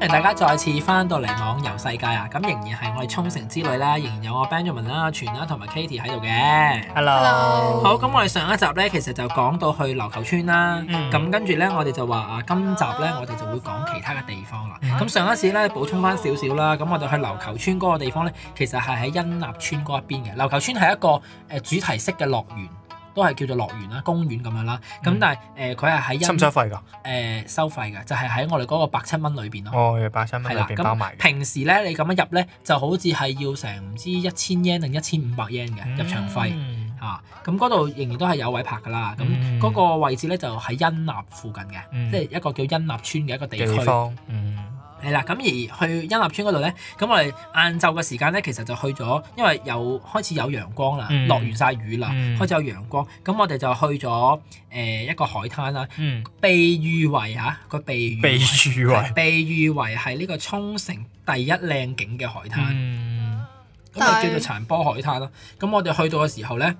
迎大家再次翻到嚟網遊世界啊！咁仍然係我哋沖繩之旅啦，仍然有我 Benjamin 啦、全啦同埋 Katie 喺度嘅。 Hello，好，咁我哋上一集咧，其實就講到去琉球村啦。嗯咁跟住咧，我哋就話啊，今集咧我哋就會講其他嘅地方啦。嗯咁上一次咧補充翻少少啦，咁我哋去琉球村嗰個地方咧，其實係喺恩納村嗰一邊嘅。琉球村係一個誒、呃主題式嘅樂園。都係叫做樂園啦、公園咁樣啦，咁嗯但係誒呃佢係喺收恩唔收費㗎？誒、收費嘅，就係、喺我哋嗰個百七蚊裏邊咯。哦，八千蚊係裏啦，邊包埋咁嘅。平時咧你咁樣入咧，就好似係要成唔知一千 yen 定一千五百 yen Ừ. 嘅入場費嗯嚇。咁嗰度仍然都係有位泊噶啦。咁嗯嗰個位置咧就喺恩納附近嘅，嗯即係一個叫恩納村嘅一個地區嘅。地方，嗯，係啦，咁而去恩納村嗰度咧，咁我哋晏晝嘅時間咧，其實就去咗，因為有開始有陽光啦，嗯落完晒雨啦，嗯開始有陽光，咁我哋就去咗誒、呃一個海灘啦，嗯，被譽為嚇個被譽被譽為，被譽為係呢個沖繩第一靚景嘅海灘，嗯，咁啊、叫做殘波海灘啦。咁我哋去到嘅時候咧，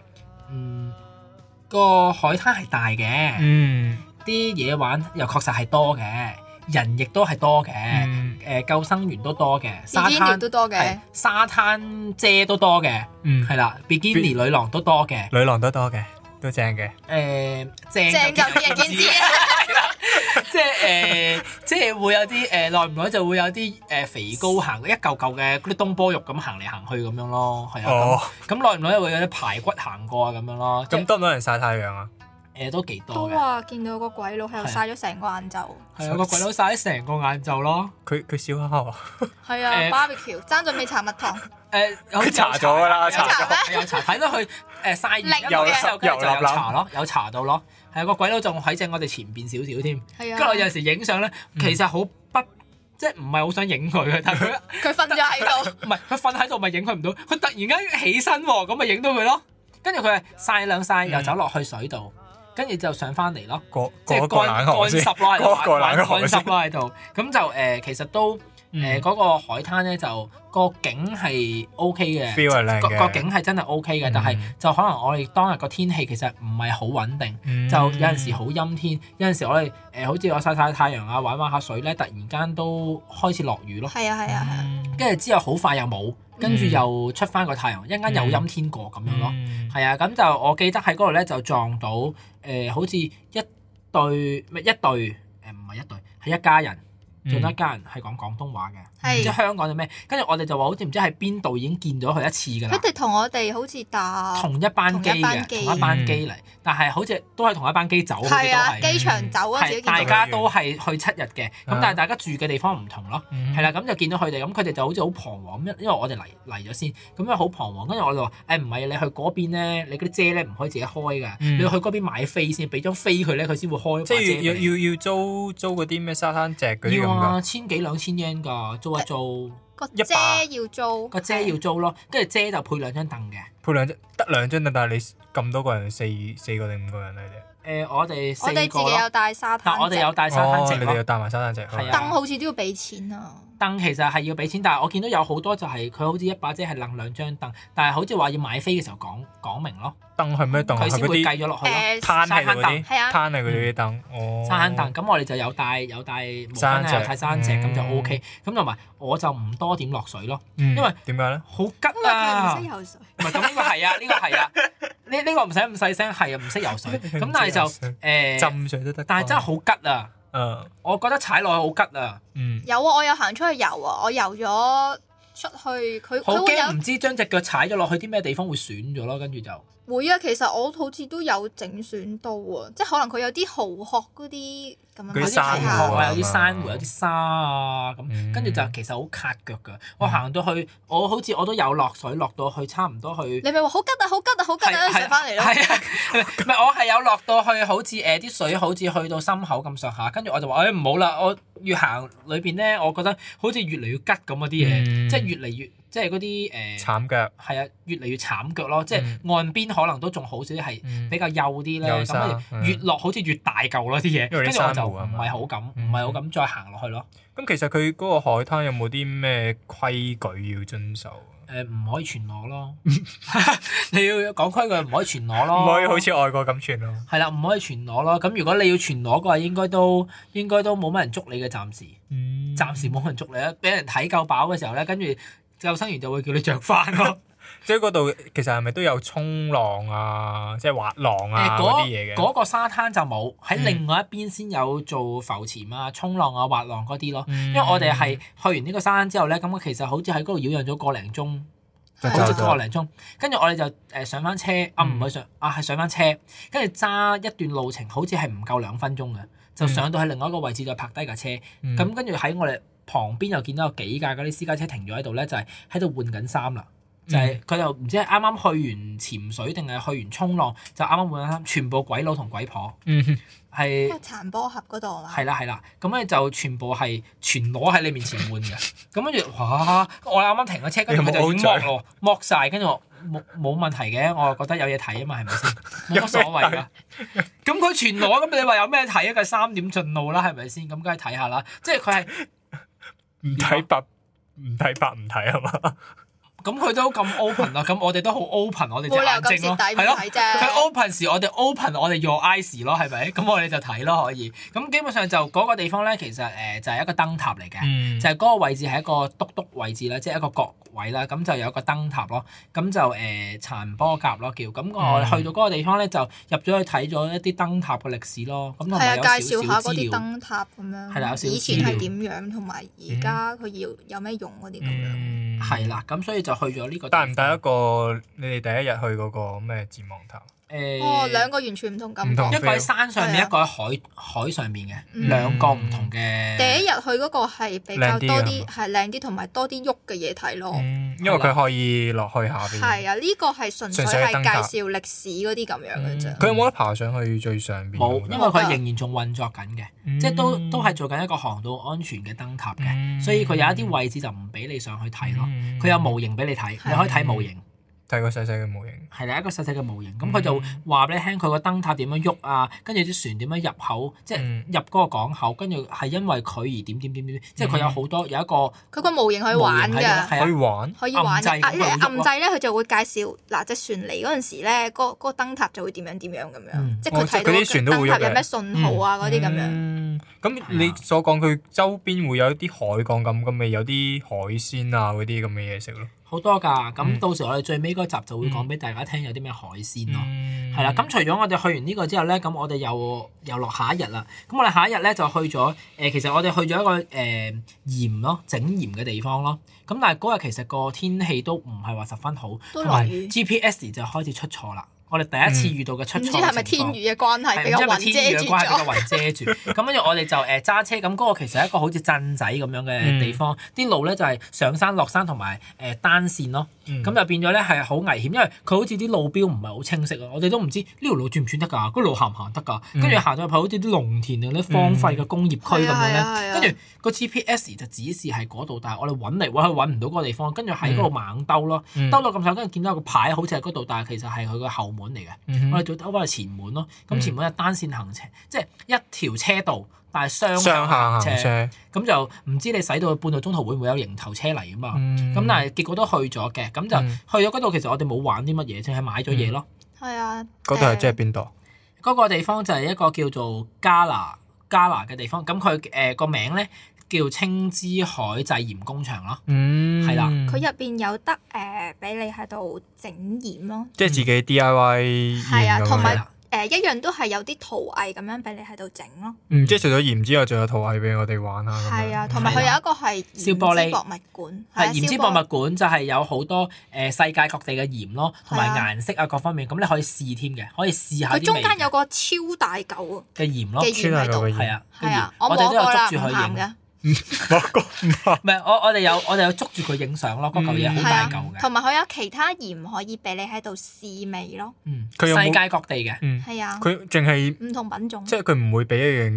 嗯，個海灘係大 Ừ. 嘅，嗯，啲嘢、玩又確實係多嘅，人亦都係多 Ừ. 嘅，誒、嗯，救生員都多嘅，沙已經亦灘都多係嘅，沙灘姐都多嘅，嗯，係啦，比基尼女郎都多嘅，誒、女郎都多嘅，都正嘅，正正就咁見仁見智。即係誒、呃即係會有啲誒耐唔耐就會有啲誒、呃肥高行一嚿嚿嘅嗰啲東坡肉咁行嚟行去咁樣咯，係啊哦，，咁咁耐唔耐又會有啲排骨行過啊咁樣咯，咁咁多唔多人曬太陽啊？誒都幾多都嘅，話見到個鬼佬喺度曬咗成個晏晝，係啊個鬼佬晒咗成個晏晝咯，佢佢燒烤啊，係誒啊，barbecue 爭咗未搽蜜糖，誒呃有佢查咗㗎啦有查咗啊有查睇到佢誒晒完零有嘅就跟住就有油立立查咯，有查到咯，係啊個鬼佬仲喺正我哋前邊少少添，係跟住我有啊，時影相咧，嗯其實好不即係唔係好想影佢嘅，但係佢。佢瞓咗喺 唔度，係佢瞓喺度咪影佢唔到，佢突然間起身喎，咁咪影到佢咯。跟住佢係曬兩曬，嗯又走落去水度，跟住就上翻嚟咯，過即過係一個乾乾冷河先，濕咯，喺度嗰個冷乾河先濕咯喺度。咁就誒，其實都誒嗯嗰個海灘咧，就個景係 O K 嘅， ，feel 係靚個嘅，個景係真係 O K 嘅，但係嗯就可能我哋當日個天氣其實唔係好穩定。嗯就有陣時好陰天，有陣時我哋誒、好似我曬曬太陽啊，玩玩下水咧，突然間都開始落雨咯。係啊係啊係啊，嗯跟住之後好快又冇，跟住嗯又出翻個太陽，一陣間又陰天過咁樣咯。嗯係啊，咁就我記得喺嗰度咧就撞到誒、呃好似一對咪一對誒唔係一對，係一家人，Ừ. 嗯仲有一家人係講廣東話嘅，唔知係香港定咩？跟住我哋就話好似唔知喺邊度已經見咗佢一次㗎佢啦。哋同我哋好似打，同一班機同一班嘅，機同一班機嗯嚟，但係好似都係同一班機走，好似都係啊，係，機場走嗰陣時係都大見到，家都係去七日嘅，咁但係大家住嘅地方唔同咯。嗯係啦，咁就見到佢哋，咁佢哋就好似好彷徨咁，因為我哋嚟嚟咗先，咁樣好彷徨，跟住我就話：誒唔係，你去嗰邊咧，你嗰啲遮咧唔可以自己開㗎，嗯你要去嗰邊買飛先，俾張飛佢咧，佢先會開把遮即係要俾你。要要租租嗰啲咩沙灘席嗰啲咁要㗎，啊，千幾兩千 yen 㗎，租一租個一遮把要租，個遮要租咯，跟住遮就配兩張凳嘅。配兩張得兩張凳，但係你咁多個人，四四個定五個人嚟哋。誒，我哋四我哋個自己有咯，帶沙但我灘哋有席，帶沙灘哦席你哋咯又。帶埋沙灘席，哦係啊燈好似都要俾錢啊，凳其實係要俾錢，但係我見到有好多就係佢好似一把遮係楞兩張凳，但係好似話要買飛嘅時候講講明咯，燈係咩燈啊？佢係先嗰會啲計咗落去咯。誒攤係嗰啲，係啊攤係嗰啲燈。哦，山凳，咁我哋就有帶有帶毛巾山啊，石有帶山石，咁就嗯 O K。咁同埋我就唔多點落水咯，嗯，因為點解咧？好因吉為佢啊！唔識唔游水，係咁呢個係啊，呢個係啊，呢呢個唔使咁細聲，係啊，唔識游 水。 咁但係就唔識游誒，浸水都得。但係真係好吉啊！誒，我覺得踩落去好吉啊，嗯，有啊，我有行出去游啊，我游咗出去，佢好佢會有驚唔知將隻腳踩咗落去啲咩地方會損咗咯，跟住就會啊，其實我好似都有整損到啊，即係可能佢有啲蠔殼嗰啲咁樣嗰有啲啲珊石瑚殼啊，啊有啲珊瑚，有啲沙啊咁。嗯跟住就其實好卡腳㗎，我行到去，我好似我都有落水，落到去差唔多去你咪話好吉啊，好吉啊，好吉啊，上翻嚟咯。係啊，唔係我係有落到去，好似誒啲水好似去到心口咁上下，跟住我就話誒唔好啦，我越行裏邊咧，我覺得好似越嚟越吉咁嗰啲嘢，嗯即係越嚟越即係嗰啲誒慘腳，係啊，越嚟越慘腳咯，即係嗯岸邊可能都仲好少啲係。嗯比較幼啲咧，幼咁沙跟住嗯越落好似越大嚿咯啲嘢，因為跟啲住我就珊瑚啊唔嘛係好敢，唔嗯係好敢再行落去咯。咁其實佢嗰個海灘有冇啲咩規矩要遵守啊？誒唔可以全裸咯， 你要講規矩唔可以全裸咯，唔可以好似外國咁啊串咯。係啦，唔可以全裸咯。咁如果你要全裸嘅話，應該都應該都冇乜人捉你嘅，暫時嗯暫時冇人捉你啦。啊俾人睇夠飽嘅時候咧，跟住救生員就會叫你着翻 咯。即係嗰度其實係咪都有衝浪啊，即係滑浪誒啊嗰啲嗰嘢嘅？嗰個沙灘就冇，喺嗯另外一邊先有做浮潛啊、衝浪啊、滑浪嗰啲咯。因因為我哋係去完呢個沙灘之後咧，咁其實好似喺嗰度擾攘咗個零鐘，嗯就好走似咗個零鐘，跟住我哋就誒上翻車，啊唔嗯係上啊係上翻車，跟住揸一段路程，好似係唔夠兩分鐘嘅，就嗯上到去另外一個位置再泊低架車，咁跟住喺我哋旁邊又見到有幾架嗰啲私家車停咗喺度咧，就係喺度換緊衫啦。嗯就係佢就唔知係啱啱去完潛水定係去完衝浪，就啱啱換緊衫，全部鬼佬同鬼婆嗯係因為殘波盒嗰度嘛。啊係啦係啦，咁咧就全部係全裸喺你面前換嘅，咁跟住哇！我啱啱停咗車，跟住佢就已經剝我剝晒，跟住我冇冇問題嘅，我又覺得有嘢睇啊嘛，係咪先？冇乜所謂㗎。咁佢全裸，咁你話有咩睇啊？佢三點進路啦，係咪先？咁梗係睇下啦，即係佢係唔睇白唔睇白唔睇係啊嘛？咁佢都咁 open 啦，咁我哋都好 open，我哋隻冇理由咁眼睛咯，蝕底唔係咯。睇佢啫。 open 時，我哋 open 我哋 your eyes 咯，係咪？咁我哋就睇咯，可以。咁基本上就嗰個地方咧，其實誒、呃就係、一個燈塔嚟嘅。嗯就係嗰個位置係一個篤篤位置啦，即係一個角位啦，咁就有一個燈塔咯，咁就誒、呃、殘波甲咯叫，咁我嗯去到嗰個地方咧就入咗去睇咗一啲燈塔嘅歷史咯，咁同係埋啊，有介少紹下少資嗰啲料，燈塔咁樣，係啦有少少嗯以前資係料點樣，同埋而家佢要有咩用嗰啲咁樣。嗯係。啦，咁所以就去咗呢個地帶方。唔啊帶一個你哋第一日去嗰個咩展望塔？誒哦，兩個完全唔同感唔同覺。一個喺山上面，係啊一個喺海海上面嘅嗯兩個唔同第一嘅。日去嗰個係比啊較靚多啲啲，嘅係靚啲，同埋多啲喐嘅嘢睇哦咯。嗯，因為佢可以落去下邊。係啊，呢個係純粹純粹係係燈塔介紹歷史嗰啲咁樣嘅啫。佢有冇得爬上去最上邊？冇，因為佢仍然仲運作緊嘅，嗯即係都都係做緊一個航道安全嘅燈塔嘅，嗯所以佢有一啲位置就唔俾你上去睇咯。嗯佢有模型俾你睇，係你可以睇模型，睇個細細嘅模型。係啦一個細細嘅模型。咁嗯佢就話俾你聽，佢個燈塔點樣喐啊，跟住啲船點樣入口，即係嗯入嗰個港口，跟住係因為佢而點點點點，即係佢有好多有一個嗯佢個模型可以模玩型喺度㗎，係可以啊，玩，可以玩嘅。暗掣咁啊佢會喐暗咯掣咧，佢就會介紹嗱，只船嚟嗰陣時咧，嗰嗰個燈塔就會點樣點樣咁嗯樣，即係佢哦即係睇到嗰啲船都會燈塔喐嘅嗯有咩信號啊嗰啲咁樣。樣。咁啊你所講佢周邊會有啲海港咁，咁咪有啲海鮮啊嗰啲咁嘅嘢食咯。好多㗎。咁嗯到時我哋最尾嗰集就會講嗯俾大家聽有啲咩海鮮咯。係係啦，咁除咗我哋去完呢個之後咧，咁我哋又又落下一日啦。咁我哋下一日咧就去咗誒、呃其實我哋去咗一個誒、呃、鹽咯，整鹽嘅地方咯。咁但係嗰日其實個天氣都唔係話十分好，都同埋落雨 GPS 就開始出錯啦。我哋第一次遇到嘅出唔錯知嘅係咪情況天雨嘅關係比較係唔雲知係咪天雨遮嘅住關係比咗？較雲遮住。咁跟住我哋就誒揸車，咁嗰個其實係一個好似鎮仔咁樣嘅地方，啲路咧就係上山落山同埋誒單線咯。嗯咁就變咗咧係好危險，因為佢好似啲路標唔係好清晰啊，我哋都唔知呢條路轉唔轉得㗎，嗰路行唔行得㗎，嗯跟住行到入去好似啲農田啊、啲荒廢嘅工業區咁樣係啊係咧，啊跟住個 GPS 就指示係嗰度，但係我哋揾嚟揾去揾唔到嗰個地方，跟住喺嗰度猛兜咯，嗯兜到咁上，跟住見到有個牌好似係嗰度，但係其實係佢個後門嚟嘅。嗯我哋就兜翻去前門咯。咁嗯前門係單線行車，即係一條車道，但係雙上下向行車。車，咁就唔知你駛到去半路中途會唔會有迎頭車嚟啊嘛？咁咁但係結果都去咗嘅，咁就嗯去咗嗰度，其實我哋冇玩啲乜嘢，淨係買咗嘢咯。係啊，嗰度係誒即係邊度？嗰個地方就係一個叫做加拿加拿嘅地方，咁佢誒個名咧叫青之海製鹽工場咯。嗯，係啦佢入邊有得誒俾你喺度整鹽咯，即係自己 D I Y 係啊鹽咁樣同係埋啦，誒一樣都係有啲陶藝咁樣俾你喺度整咯，嗯，即係除咗鹽之外，仲有陶藝俾我哋玩下咁樣。係啊，同埋係佢啊有一個係燒玻璃鹽之博物館，係啊鹽之燒博物館就係有好多誒、呃世界各地嘅鹽咯，同埋係啊顏色啊各方面，咁你可以試添嘅，可以試下佢啲中味間嘅有個超大嚿嘅鹽咯。嘅穿下佢鹽喺個度，係啊，跟係住啊，我我摸哋都有過啦，捉唔住佢鹹影，嘅，嗰個唔係唔係我我哋有我哋有捉住佢影相咯，嗰嚿嘢好嗯係大啊嚿，嘅，同埋佢有其他鹽可以俾你喺度試味咯，嗯，佢有冇世界各地嘅，嗯，係啊，佢淨係唔同品種。即係佢唔會俾一樣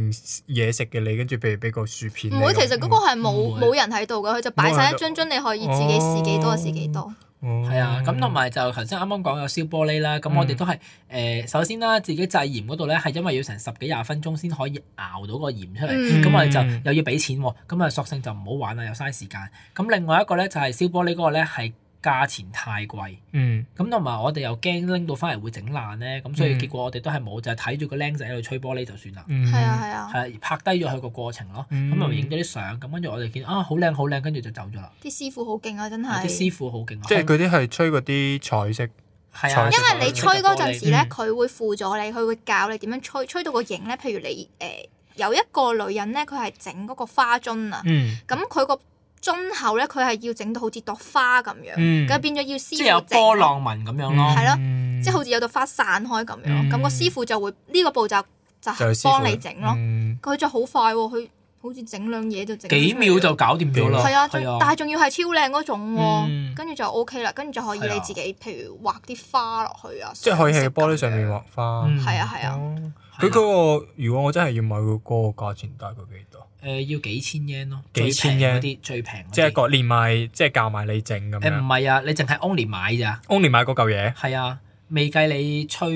嘢食嘅你，跟住譬如俾個薯片你唔咁。會，其實嗰個係唔冇會冇人喺度嘅，佢就擺晒一樽樽，你可以自己試幾多就試幾多。哦係啊，咁同埋就頭先啱啱講有燒玻璃啦，嗯咁我哋都係誒、呃首先啦，自己製鹽嗰度咧係因為要成十幾廿分鐘先可以熬到個鹽出嚟，嗯咁、我哋就又要俾錢喎，咁啊索性就唔好玩啦，又嘥時間。咁另外一個咧就係、燒玻璃嗰個咧係價錢太貴，嗯，咁同埋我哋又驚拎到翻嚟會整爛咧，咁所以嗯結果我哋都係冇就係睇住個僆仔喺度吹玻璃就算啦，嗯，係啊係啊，係啊拍低咗佢個過程咯，嗯咁咪影咗啲相，咁跟住我哋見啊好靚好靚，跟住就走咗啦。啲師傅好勁啊，真啲係。師傅好勁啊，即係佢啲係吹嗰啲彩色，係啊，因因為你吹嗰陣時咧嗯，佢會輔助你，佢會教你點樣吹，吹到個型咧。譬如你誒、呃有一個女人咧，佢係整嗰個花樽啊，嗯咁佢個樽口咧，佢係要整到好似朵花咁樣，嗯咁、變咗要師即係有傅整啊波咯。浪紋咁樣咯。嗯係咯咯嗯即係好似有朵花散開咁樣，嗯咁、個師傅就會呢、個步驟就就係師係傅幫你整咯。嗯佢就好快喎，佢好似整兩嘢就整幾秒就搞掂咗啦，係啊，仲係但啊，係仲要係超靚嗰種嗯喎，跟住就 O K 啦，跟住就可以係啊你自己譬如畫啲花落去啊，即係可以喺玻璃上面上色咁畫樣。花。嗯係啊係啊，哦佢嗰個如果我真係要買佢嗰個價錢大概幾多？誒要幾千 yen 咯，幾千最 yen 平嗰啲最平嗰啲，即係個連埋即係教埋你整誒咁唔樣係啊，你淨係 only 買咋， ，only 買嗰嚿嘢。係啊，未計你吹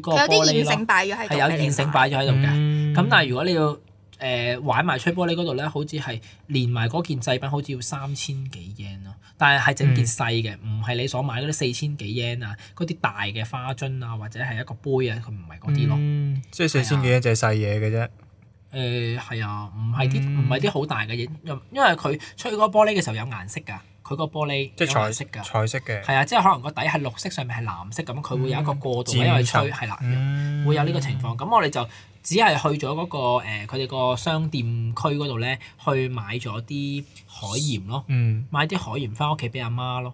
嗰個佢有玻啲璃現咯成，擺咗喺度，係有現成。擺咗喺度嘅。嗯咁但係如果你要誒玩埋吹玻璃嗰度咧，好似係連埋嗰件製品，好似要三千幾 yen 咯。但係係整件細嘅，唔係你所買嗰啲四千幾 yen 啊，嗰啲大嘅花樽啊，或者係一個杯啊，佢唔係嗰啲咯。嗯即係四千幾就係細嘢嘅啫。誒係啊，唔係啲嗯唔係啲好大嘅嘢，因因為佢吹嗰個玻璃嘅時候有顏色㗎，佢個玻璃即有顏係彩色㗎。彩色嘅。係啊，即係可能個底係綠色，上面係藍色咁，佢會有一個過渡，嗯因為吹漸係啦，嗯會有呢個情。況。咁我哋就只係去咗嗰、個誒佢哋個商店區嗰度咧，去買咗啲海鹽咯，嗯，買啲海鹽翻屋企俾阿媽咯。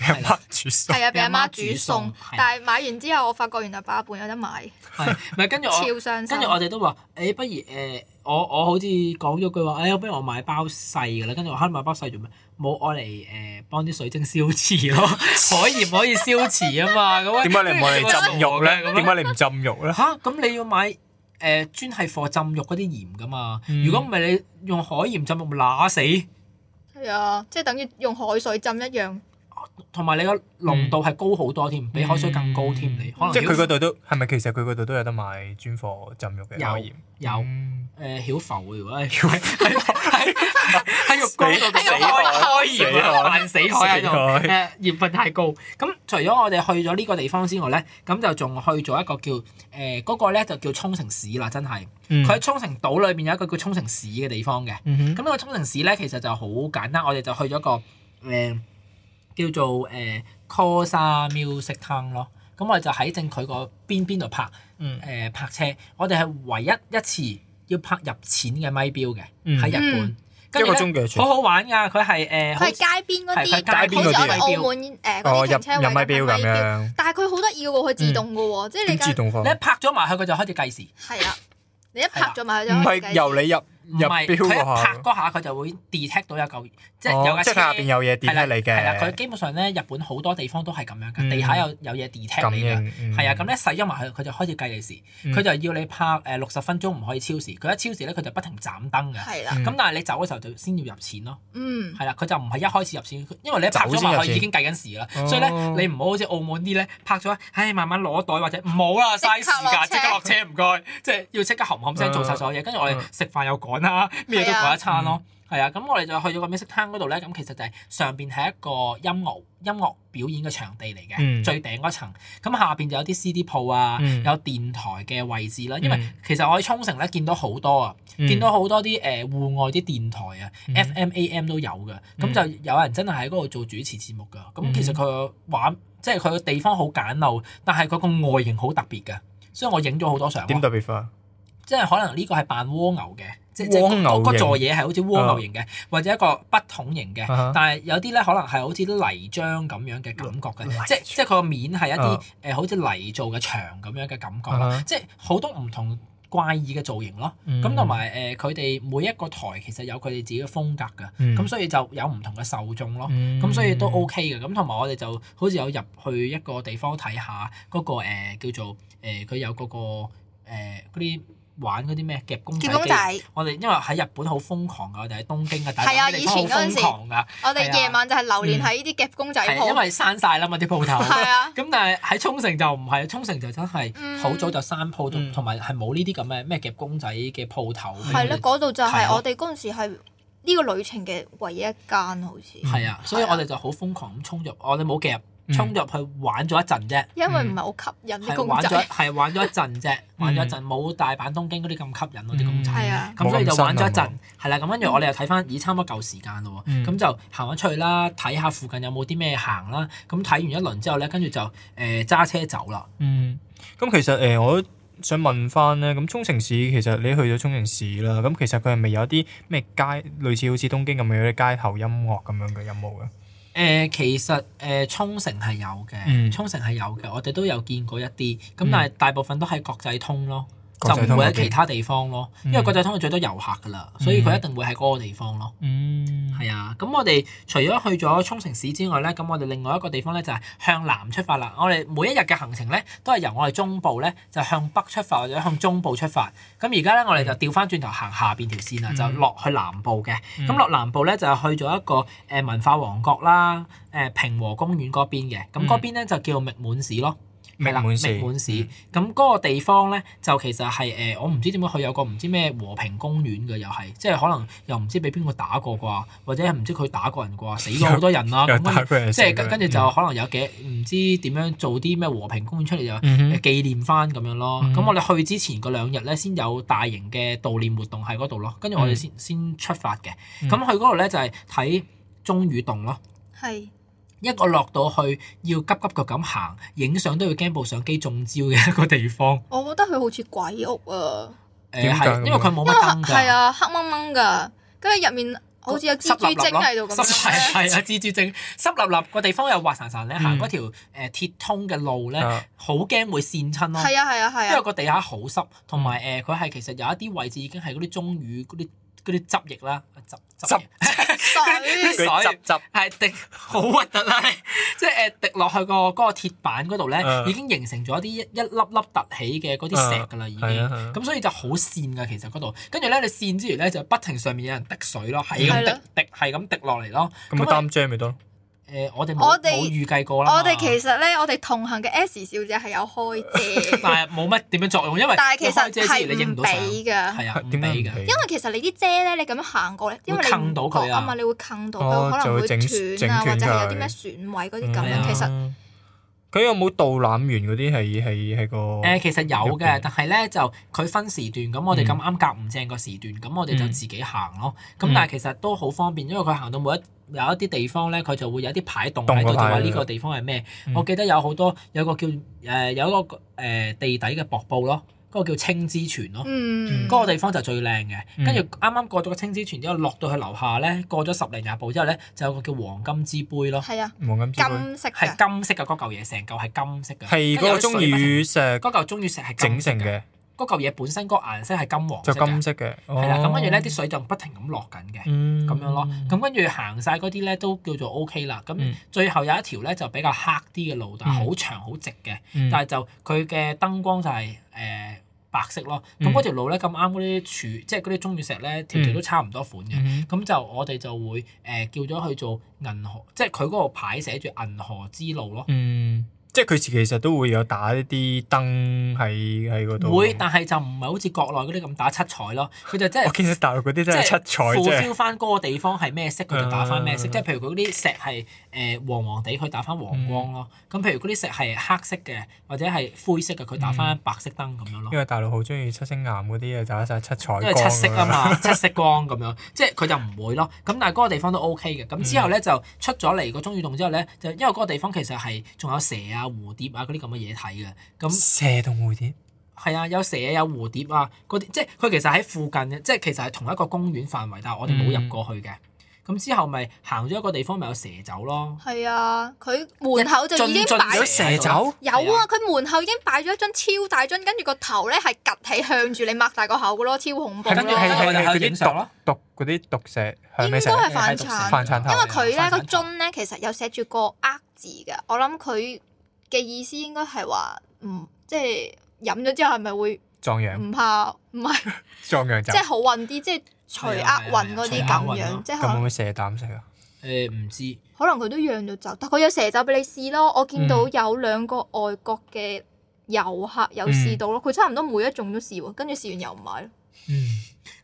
俾 人拍住手。係啊，俾阿媽煮俾阿媽煮餸餸係啊，但係買完之後，我發覺原來八一半有得買，係，咪跟住超我，傷心跟住。我哋都話，誒、不如誒、我我好似講咗句話，誒、哎不如我買包細嘅啦。跟住我嚇買包細做咩？冇我嚟誒幫啲水晶消磁咯，海鹽可以消磁啊嘛。咁點解你唔愛嚟浸浴 咧？咁樣點解你唔浸浴咧？吓，咁你要買誒、呃、專係貨浸浴嗰啲鹽噶嘛？嗯如果唔係你用海鹽浸浴，咪乸死。係啊，即係等於用海水浸一樣。同埋你個濃度係高好多添，比海水更高添。你可能嗯即係佢個嗰度都係咪？其實佢嗰度都有得賣專貨浸浴嘅有海鹽。有嗯誒曉浮嘅，如果係喺喺喺浴缸度死開開死鹽海啊，扮死海喺度死誒鹽分太高。咁除咗我哋去咗呢個地方之外咧，咁就仲去咗一個叫誒嗰個咧就叫沖繩市啦，真係嗯佢喺沖繩島裏面有一個叫沖繩市嘅地方嘅。嗯哼咁呢個沖繩市咧，其實就好簡單，我哋就去咗個誒、呃叫做誒 Cosa Music Town 咯。咁我哋就喺正佢個邊邊度拍誒、嗯呃泊車。我哋係唯一一次要拍入錢嘅咪錶嘅，嗯喺日本嗯。跟住一個咧鐘幾多錢好好玩㗎，佢係誒好佢係街邊嗰係佢啲，街邊嗰啲好似我哋啊澳門誒嗰哦，入啲停車位入咪表咁咪錶樣，但係佢好得意嘅喎，佢自動嘅喎，即係你點自間動化？你一拍咗埋去，佢就開始計時。係啊，你一拍咗埋佢就唔可以係計由你入唔入係標佢一嗰拍下，嗰下，佢就會 detect 到有嚿即係有哦架即係車佢下邊有嘢係點起你係啦，佢嘅，基本上咧日本好多地方都係咁樣嗯㗎，地下有有嘢 detect 咁你嘅。樣係啊，咁咧細咗埋佢，佢就開始計你時，嗯佢就要你拍誒六十分鐘唔可以超時，佢一超時咧佢就不停斬燈嘅。係啦，嗯咁但係你走嘅時候就先要入錢咯，嗯，係啦，佢就唔係一開始入錢，因為你一拍咗埋走先入佢錢已經計緊時啦，哦所以咧你唔好好似澳門啲咧拍咗，唉慢慢攞袋或者唔好啦，嘥時間，即即刻刻落落車唔該， 即係要即刻冚冚聲做晒所有嘢，跟住我哋食飯又趕啦，嗯咩都趕一餐咯，係啊，咁我哋就去咗個美食攤嗰度咧，咁其實就係上邊係一個音樂音樂表演嘅場地嚟嗯嘅，最頂嗰層，咁下邊就有啲 CD 鋪啊，嗯有電台嘅位置啦，因為嗯其實我喺沖繩咧見到好多啊。見到好多啲誒戶外啲電台啊嗯，FM、AM 都有嘅，嗯咁就有人真係喺嗰度做主持節目㗎。嗯咁其實佢個玩，即係佢個地方好簡陋，但係佢個外形好特別㗎，所以我影咗好多相點喎。特別化？即係可能呢個係扮蝸牛嘅，即即係蝸牛嗰嗰型座嘢係好似蝸牛型嘅，或者一個筆筒型嘅啊哈，但係有啲咧可能係好似啲泥漿咁樣嘅感覺泥嘅，即即係佢個面係一啲啊誒好似泥做嘅牆咁樣嘅感覺啊咯哈，嗯即係好多唔同怪異嘅造型咯。咁同埋誒，佢哋每一個台其實有佢哋自己嘅風格㗎，嗯咁所以就有唔同嘅受眾咯。咁咁所以都 OK 嘅，咁同埋我哋就好似有入去一個地方睇下嗰個呃叫做誒，佢有嗰個誒嗰啲玩嗰啲咩夾公仔叫公機。仔，我哋因為喺日本好瘋狂㗎，我哋喺東京啊，但係啊係地方好以前嗰陣時瘋狂㗎，我哋夜晚就係流連喺呢啲夾公仔係啊因鋪，為閂晒啦嘛啲鋪頭。係啊，咁但係喺沖繩就唔係，沖繩就真係嗯好早就閂鋪，同嗯同埋係冇呢啲咁嘅咩夾公仔嘅鋪頭俾係你咯，嗰度就係係咯我哋嗰陣時係呢個旅程嘅唯一一間好似，係啊，所以我哋就好瘋狂咁衝入，我哋冇夾，嗯衝入去玩咗一陣啫。因為唔係好吸引啲係公玩咗仔，係玩咗一陣嗯啫，玩咗一陣冇大阪東京嗰啲咁吸引嗰啲公仔，係啊咁所以就玩咗一冇咁陣，係啦，咁跟住我哋又睇翻，咦，差唔多夠時間咯嗯喎，咁就行翻出去啦，睇下附近有冇啲咩行啦，咁睇完一輪之後咧，跟住就誒揸車走啦。嗯，咁其實誒、呃我都想問翻咧，咁沖繩市其實你去咗沖繩市啦，咁其實佢係咪有啲咩街類似好似東京咁樣有啲街頭音樂咁樣嘅音樂嘅？誒、呃其實誒、沖繩係有嘅，嗯沖繩係有嘅，我哋都有見過一啲，咁嗯但係大部分都係國際通咯，國際就通唔會嗰喺邊其他地方咯，因為嗯國際通係最多遊客噶啦，所以佢一定會喺嗰個地方咯。嗯，係啊，咁我哋除咗去咗沖繩市之外咧，咁我哋另外一個地方咧就係向南出發啦。我哋每一日嘅行程咧，都係由我哋中部咧就向北出發或者向中部出發。咁而家咧，我哋就調翻轉頭行下邊條線啦，嗯就落去南部嘅。嗯咁落南部咧就去咗一個誒文化王國啦，誒平和公園嗰邊嘅。嗯咁嗰邊咧就叫密滿市咯。係啦名滿嗯市，滿市，咁嗰個地方咧就其實係誒、呃我唔知點解佢有個唔知咩和平公園嘅，又係即係可能又唔知俾邊個打過啩，或者唔知佢打過人啩，死咗好多人啦。又咁跟打住佢人，即係跟跟住就可能有幾唔知點樣做啲咩和平公園出嚟就。嗯哼紀念翻咁樣咯，嗯咁、我哋去之前嗰兩日咧，先有大型嘅悼念活動喺嗰度咯，跟住我哋先、先出發嘅。嗯咁、去嗰度咧就係睇鐘乳洞咯，係一個落到去要急急腳咁行，影相都要驚部相機中招嘅一個地方。我覺得佢好似鬼屋啊，誒 點解係咁，因為佢冇因為乜燈㗎。係啊黑掹掹㗎，跟住入面好似有蜘蛛精喺度咁濕樣係咧，係啊，蜘蛛精濕立立個地方又滑潺潺咧，行嗰條誒鐵通嘅路咧，嗯啊好驚會跣親咯。係啊係啊係因為啊，個地下好濕，同埋誒佢係其實有一啲位置已經係嗰啲鐘乳嗰啲嗰啲汁液啦，汁汁液水水佢執執係滴好核突啦，即係誒滴落去個嗰個鐵板嗰度咧嗯，已經形成咗一啲一一粒粒凸起嘅嗰啲石㗎啦，已係啊係經啊。咁所以就好跣㗎，其實嗰度。跟住咧，你跣之餘咧，就不停上面有人滴水咯，係咁係滴咯滴，係咁滴落嚟咯。咁咪咁啊擔遮咪得咯，誒，我哋我冇哋冇預計過啦嘛。我哋其實咧，我哋同行嘅 S 小姐係有開遮，但係冇乜點樣作用，因為但係其你開遮實之前你係影唔唔到相，俾㗎。係啊，唔俾點解唔㗎。俾因為其實你啲遮咧，你咁樣行過咧，因為會你坑到佢啊唔覺嘛，你會坑到哦佢，就可能會會整斷啊，整斷或者係有佢啲咩損毀嗰啲咁係啊樣。其實實佢有冇導覽員嗰啲係係係個誒、呃其實有入嘅邊，但係咧就佢分時段，咁我哋嗯咁啱夾唔正個時段，咁我哋就嗯自己行咯。咁、嗯但係其實都好方便，因為佢行到每一有一啲地方咧，佢就會有啲牌棟喺棟度，個就話牌呢個地方係咩。嗯我記得有好多有個叫誒、有一個誒、呃地底嘅瀑布咯，嗰、個叫青之泉咯。嗯，嗰個地方就最靚嘅，嗯跟住啱啱過咗個青之泉之後，落到去樓下咧，過咗十零廿步之後咧，就有個叫黃金之杯咯，係啊，黃金之杯金色係㗎，金色嘅嗰嚿嘢，成嚿係金色嘅，係嗰個鐘乳石嗰嚿鐘乳石係金整色成嘅。嘅，嗰嚿嘢本身嗰個顏色係金黃就色金嘅，色嘅，係啦。咁跟住咧，啲哦水就不停咁落緊嘅，嗯咁樣咯。咁跟住行晒嗰啲咧都叫做 O K 啦。嗯咁最後有一條咧就比較黑啲嘅路，但係好長好直嘅，嗯但係就佢嘅燈光就係誒白色咯。嗯咁嗰條路咧咁啱嗰啲柱，即係嗰啲鐘乳石咧條條都差唔多款嘅。嗯咁就我哋就會誒叫咗去做銀河，即係佢嗰個牌寫住銀河之路咯。嗯，即係佢其實都會有打一啲燈喺喺嗰度。會，但係就唔係好似國內嗰啲咁打七彩咯，佢就真係我見到大陸嗰啲真係七彩即係啫， fulfill 翻嗰個地方係咩色，佢就打翻咩色。嗯即係譬如佢嗰啲石係誒黃黃地，佢打翻黃光咯。咁嗯譬如嗰啲石係黑色嘅或者係灰色嘅，佢打翻白色燈咁樣咯因。為大陸好中意七星岩嗰啲啊，打晒七彩因為光七色啊咁樣。 嘛，七色光咁樣，即係佢就唔會咯。咁但係嗰個地方都 OK 嘅。咁之嗯後咧就出咗嚟個中雨洞之後咧，就因為嗰個地方其實係仲有蛇啊、蝴蝶啊嗰啲咁嘅嘢睇嘅。咁蛇同蝴蝶，係啊，有蛇有蝴蝶啊，嗰啲即係佢其實喺附近嘅，即係其實係同一個公園範圍，但係我哋冇嗯入過去嘅。咁、之後咪行咗一個地方，咪有蛇酒咯。係啊，佢門口就已進經進擺咗蛇酒有啊，佢門口已經擺咗一張超大張，跟住個頭咧係趌起向住你擘大個口嘅咯，超哦恐怖係咯。跟住係因我哋喺度嗰影相咯啲毒毒嗰啲毒蛇係咩應蛇？該係因為喺度飯食餐飯餐為因佢咧個飯餐樽咧其實有寫住個呃字嘅，我諗佢嘅意思應該係話唔即係飲咗之後係咪會壯陽，唔怕唔 係壯陽嗯即酒。係好運啲，即係除厄運嗰啲係啊係咁啊除厄運咯樣，即係咁會可唔能會蛇膽食啊？誒唔知可能佢都釀咗酒，但佢有蛇酒俾你試咯。我見到嗯有兩個外國嗯嘅遊客有試到咯，佢差唔多每一種都試喎，跟住試完又唔買咯。嗯，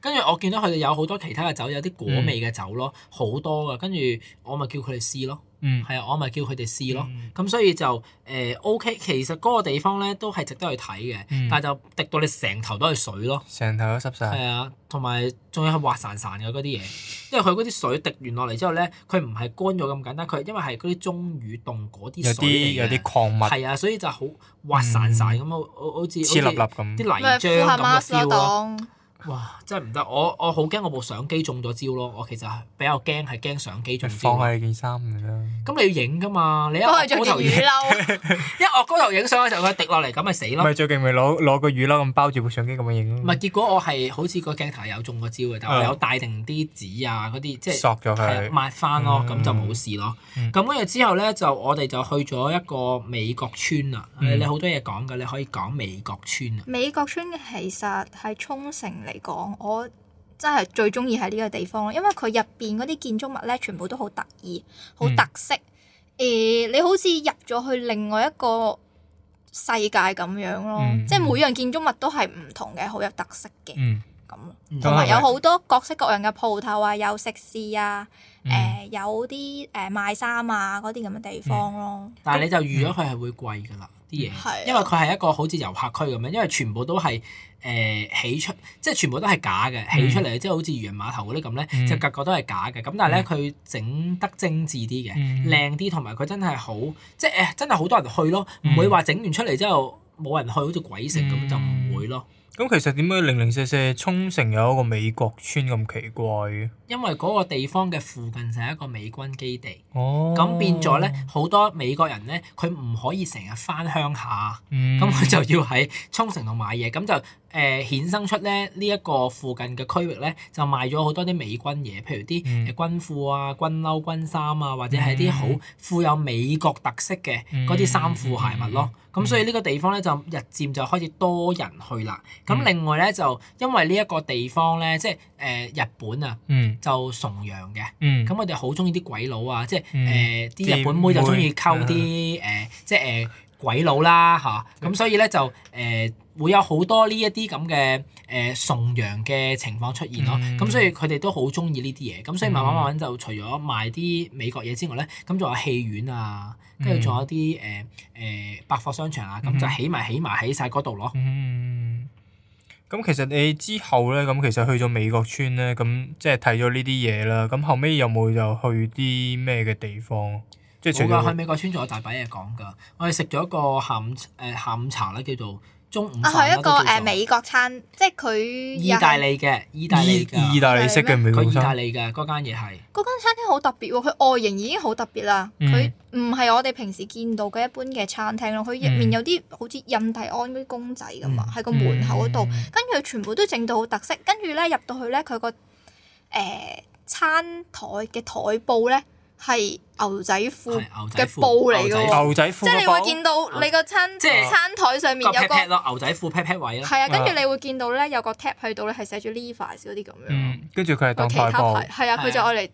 跟住我見到佢哋有好多其他嘅酒，有啲果味嘅酒咯，好多㗎。跟住我咪叫佢哋試咯，嗯，係啊，我咪叫佢哋試咯。嗯咁所以就誒、呃 OK，其實嗰個地方咧都係值得去睇嘅，嗯但係就滴到你成頭都係水咯。成頭都濕晒，係啊，同埋仲要係滑潺潺嘅嗰啲嘢， 因為佢嗰啲水滴完落嚟之後咧，佢唔係乾咗咁簡單，佢係因為係嗰啲中雨凍嗰有啲水啲有嚟嘅，啲礦物嗯係啊，所以就好滑潺潺咁啊，好好似黐粒粒好咁似啲。咪啊泥敷漿下咁嘅 mask feel 咯。咯，當哇！真係唔得，我我好驚我部相機中咗招咯。我其實係比較驚係驚相機就中放招。喺你件衫咪得啦。咁你要影噶嘛？你一幫我佢高着頭件影，雨褸， 一我高頭影相嘅時候，佢滴落嚟，咁咪死咯。咪最勁咪攞攞個雨褸咁包住部相機咁樣影唔咯係，，結果我係好似個鏡頭有中過招嘅，但我嗯有帶定啲紙啊嗰啲，即係索咗係啊佢。抹翻咯，嗯咁就冇事咯嗯。咁跟住之後咧，就我哋就去咗一個美國村啦。嗯你好多嘢講嘅，你可以講美國村啊。美國村其實喺沖繩嚟講，我真係最中意喺呢個地方咯，因為佢入邊嗰啲建築物咧，全部都好得意、好嗯特色。誒、你好似入咗去另外一個世界咁樣咯，嗯即係每樣建築物都係唔同嘅，好有特色嘅嗯，咁咯。嗯同咁係埋咪有好多各式各樣嘅鋪頭啊，有食肆啊，誒、嗯有啲誒、賣衫啊嗰啲咁嘅地方咯。但係你就預咗佢係會貴㗎啦嗯啲係啊嗯嘢，因為佢係一個好似遊客區咁樣，因為全部都係誒、呃起出，即係全部都係假嘅，起出嚟即係好似漁人碼頭嗰啲咁咧，嗯就個個都係假嘅。咁但係咧，佢整得精緻啲嘅，嗯靚啲，同埋佢真係好，即係誒真係好多人去咯，嗯唔會話整完出嚟之後冇人去，好似鬼城咁就唔會咯。咁其實點解零零四四沖繩有一個美國村咁奇怪嘅？因為嗰個地方嘅附近就係一個美軍基地，哦，咁變咗咧，好多美國人咧，佢唔可以成日翻鄉下。嗯，咁佢就要喺沖繩度買嘢，咁就誒、呃、衍生出咧呢一個附近嘅區域咧，就賣咗好多啲美軍嘢，譬如啲嗯誒軍褲啊、軍褸、軍衫啊，或者係啲嗯好富有美國特色嘅嗰啲衫褲鞋襪咯。咁、嗯所以呢個地方咧就日漸就開始多人去啦。咁嗯另外咧就因為呢一個地方咧，即係誒、呃日本啊嗯就崇洋嘅。嗯咁我哋好中意啲鬼佬啊，即係嗯啊誒啲日本妹就中意溝啲誒，即係誒鬼佬啦吓，嗯咁所以咧就誒、呃、會有好多呢一啲咁嘅誒崇洋嘅情況出現咯。嗯咁、所以佢哋都好中意呢啲嘢。咁所以慢慢慢慢就除咗賣啲美國嘢之外咧，咁仲有戲院啊，跟住仲有啲誒誒百貨商場啊，咁就嗯起埋起埋喺晒嗰度咯。嗯，咁其實你之後咧，咁其實去咗美國村咧，咁即係睇咗呢啲嘢啦。咁後尾有冇就去啲咩嘅地方？即係冇除㗎，去咗美國村仲有大把嘢講㗎。我哋食咗個下午誒、呃下午茶啦，叫做中午啊，飯啦係一都個叫做誒美國餐，即係佢意又係大利嘅，意大利意意㗎，大利式嘅美佢國意大餐，利㗎嗰間嘢係，嗰間餐廳好特別喎，佢外形已經好特別啦。嗯佢唔係我哋平時見到嘅一般嘅餐廳咯，佢嗯入面有啲好似印第安嗰啲公仔咁啊，喺個門口嗰嗯度，跟住佢全部都整到好特色。跟住咧入到去咧，佢個誒餐台嘅台布咧係牛仔係褲牛仔嘅褲布嚟嘅牛仔喎，牛仔褲即係你會見嗰到你個餐啊即係餐台上面個有 pat 個 pat 咯，牛仔褲 pat pat 位啦，係啊，跟住啊你會見到咧有個 tab 喺度咧係寫住 Levi's 嗰啲咁樣。嗯，跟住佢係有當其台他布，牌係啊，係啊佢就愛嚟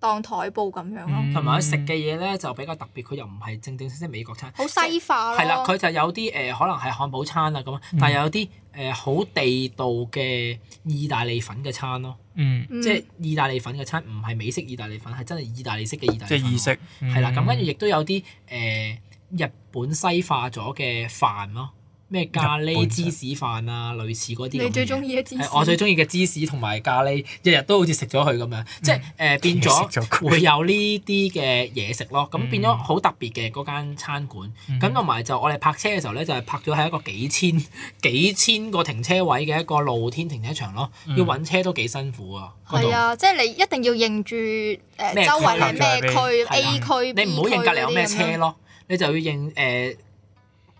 當台布咁樣咯，嗯同埋佢食嘅嘢咧就比較特別，佢又唔係正正式式美國餐，好西化咯。係啦，佢就有啲誒、呃可能係漢堡餐啊咁，嗯但係有啲誒好地道嘅意大利粉嘅餐咯，嗯，嗯即係意大利粉嘅餐，唔係美式意大利粉，係真係意大利式嘅意大利粉即係咯。意式，係啦，咁跟住嗯亦都有啲誒、呃日本西化咗嘅飯咯，咩咖日喱本芝士飯啊，類似嗰啲咁嘅嘢。你最中意嘅芝士係，我最中意嘅芝士同埋咖喱，日日都好似食咗佢咁樣，即係 誒變嗯食咗咗佢會有呢啲嘅嘢食咯。咁嗯變咗好特別嘅嗰間餐館。嗯咁同埋就我哋泊車嘅時候咧，就係泊咗喺一個幾千 幾千個停車位嘅一個露天停車場咯，嗯要揾車都幾辛苦啊。嗰度係啊，即係你一定要認住誒咩區周圍係咩區係啊，A 區、你唔 B 好 E 區認隔離有咩嗰啲咁車樣咯，你就要認誒、呃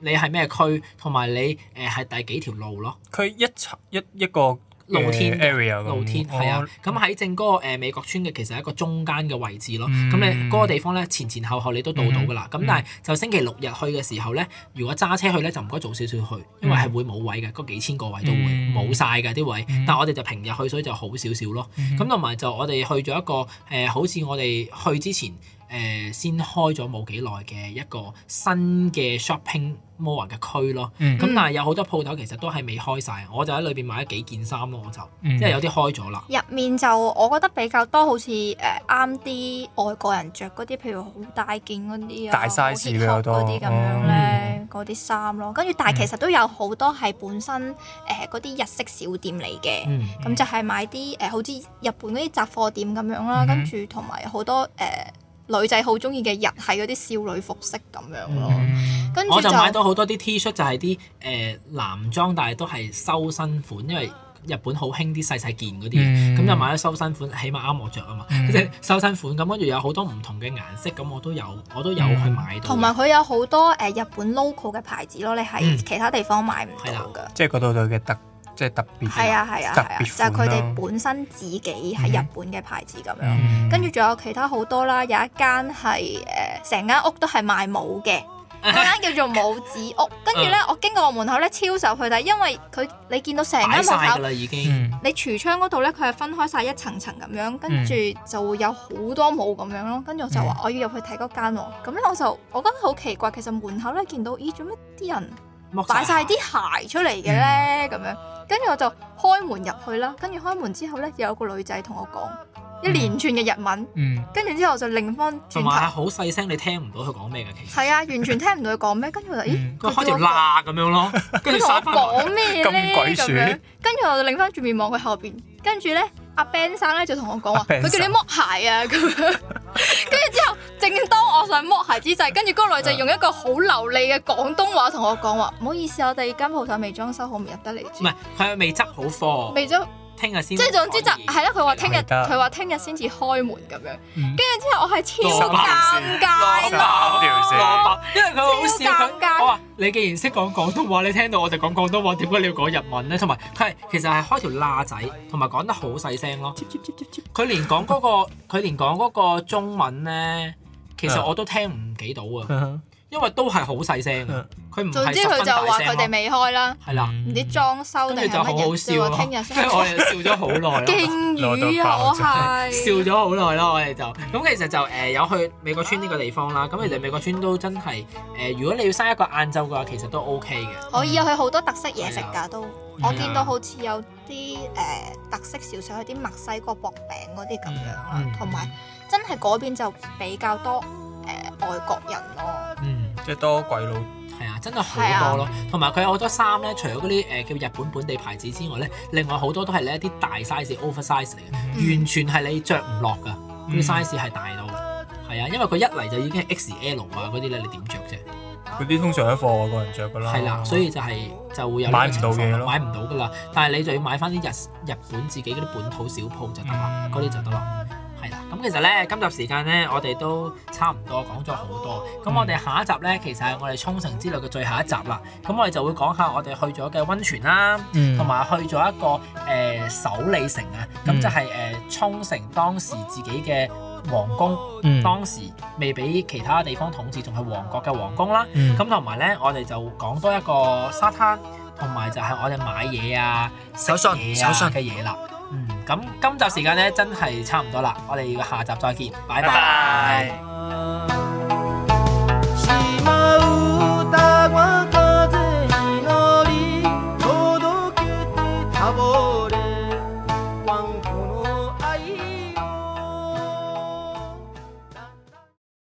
你係咩區，同埋你誒係、第幾條路咯，佢一層一一個露天嘅 area 咁露天係啊哦。咁喺正嗰個呃美國村嘅其實係一個中間嘅位置咯。嗯咁你嗰個地方咧前前後後你都到到噶啦。咁但係就星期六日去嘅時候咧，如果揸車去咧就唔該早少少去，因為係會冇位嘅，嗰幾千個位都會嗯冇晒㗎啲位嗯。但係我哋就平日去，所以就好少少咯。嗯咁同埋就我哋去咗一個誒、呃好似我哋去之前誒、誒先開咗冇幾耐嘅一個新嘅 shopping mall 嘅區咯。嗯咁但係有好多鋪頭其實都係未開晒，我就喺裏邊買咗幾件衫咯，我就嗯即係有啲開咗啦。入面就我覺得比較多好似誒啱啲外國人着嗰啲，譬如好大件嗰啲啊，大 size 比較多好 hip hop 嗰啲咁樣咧，嗰啲衫咯。跟住但嗯係其實都有好多係本身誒嗰啲日式小店嚟嘅。嗯，咁就係買啲誒、呃好似日本嗰啲雜貨店咁樣啦，嗯哼跟住同埋好多誒、呃女仔好中意嘅日系嗰啲少女服飾咁樣咯，嗯跟住我就就買到好多啲 T 恤，就係啲誒男裝，但係都係修身款，因為日本好興啲細細件嗰啲，嗯咁就買咗修身款，起碼啱我着啊嘛。嗯即係修身款，咁跟住有好多唔同嘅顏色，咁我都有，我都有嗯去買到嘅。同埋佢有好多誒、呃日本 local 嘅牌子咯，你嗯係其他地方買唔到㗎。即係嗰度嘅特，即係特別。係啊係啊係啊，特就別係款佢啦哋本身自己嗯喺哼日本嘅牌子咁樣，嗯，跟住仲有其他好多啦，有一間係誒成間屋都係賣帽 嘅，嗰間叫做帽子屋。跟住嗯咧，我經過個門口咧，超受去睇，因為佢你見到成間擺門晒口㗎。啦，已經。嗯你櫥窗嗰度咧，佢係分開晒一層層咁嗯樣，跟住就會有好多帽咁樣咯。跟住我就嗯話我要入去睇嗰間喎。咁咧我就我覺得好奇怪，其實門口咧見到，咦做乜啲人剝擺晒啲鞋出嚟嘅嗯咧？咁樣，跟住我就開門入去啦。跟住開門之後咧，有個女仔同我講一連串嘅日文，嗯跟住之後我就擰翻轉同埋頭，好細聲，你聽唔到佢講咩嘅，其實係啊，完全聽唔到佢講咩。跟住我就咦，嗯佢開條叫我罅咁樣咯，跟住佢同我散翻落講咩咁鬼咧鼠咁樣，跟住我就擰翻轉面望佢後邊，跟住咧阿 Ben 生咧就同我講阿話， Ben 佢叫你生剝鞋啊咁樣，跟住之後，正當我想剝鞋之際，跟住嗰個女仔用一個好流利嘅廣東話同我講話，唔好意思，我哋間鋪頭未裝修好，唔入得嚟唔住係，佢係未執好貨，未裝，聽日先。即係總之就係啦。佢話聽日，係得佢話聽日先至開門咁樣，嗯跟住之後我係超多把尷尬多把咯。條線蘿蔔，因為佢好笑超尷佢，尬我話你既然識講廣東話，你聽到我哋講廣東話，點解你要講日文咧？同埋佢係其實係開條罅仔，同埋講得好細聲咯。佢連講嗰、個，佢連講嗰個中文咧，其實嗯我都聽唔幾到啊，嗯因為都係好細聲 嘅嗯。佢唔總係之十佢分就大話聲佢哋咯。未開啦，係啦，唔知裝修跟定住就係好好乜嘢，就笑咯。話聽日跟先住我哋笑咗好 耐咯。敬語啊，我攞到爆係笑咗好耐咯，我哋就咁其實就誒、呃有去美國村呢個地方啦。咁其實美國村都真係誒、呃如果你要生一個晏晝嘅話，其實都 OK 嘅。我以有去好多特色嘢食㗎都，我見係啊到好似有啲誒、呃特色小食，有啲墨西哥薄餅嗰啲咁樣啦嗯，同埋真係嗰邊就比較多誒、呃外國人咯，嗯，即係多鬼佬。係啊，真係好多咯。同埋佢有好多衫咧，除咗嗰啲誒叫日本本地牌子之外咧，另外好多都係呢一啲大 size、oversize 嚟嘅，嗯完全係你着唔落㗎。嗰嗯啲 size 係大到係啊，因為佢一嚟就已經係 XL 啊嗰啲咧，你點着啫？嗰啲通常喺貨外國人着噶啦。係啦，所以就係、就會有呢個買唔情到嘢況啦咯買唔到㗎啦。但係你就要買翻啲日日本自己嗰啲本土小鋪就得啦，嗯嗰啲、就得啦。係啦，咁其實咧，今集時間咧，我哋都差唔多講咗好多。咁嗯我哋下一集咧，其實係我哋沖繩之旅嘅最後一集啦。咁我哋就會講下我哋去咗嘅温泉啦，嗯同埋、去咗一個誒、呃首里城啊，咁、嗯就係、誒、沖繩當時自己嘅皇宮，嗯當時未俾其他地方統治，仲係王國嘅皇宮啦。嗯咁同埋咧，我哋就講多一個沙灘，同埋就係我哋買嘢啊、食手信嘢啊手信嘅嘢啦。嗯，咁今集時間咧真係差唔多啦，我哋下集再見，拜拜拜拜。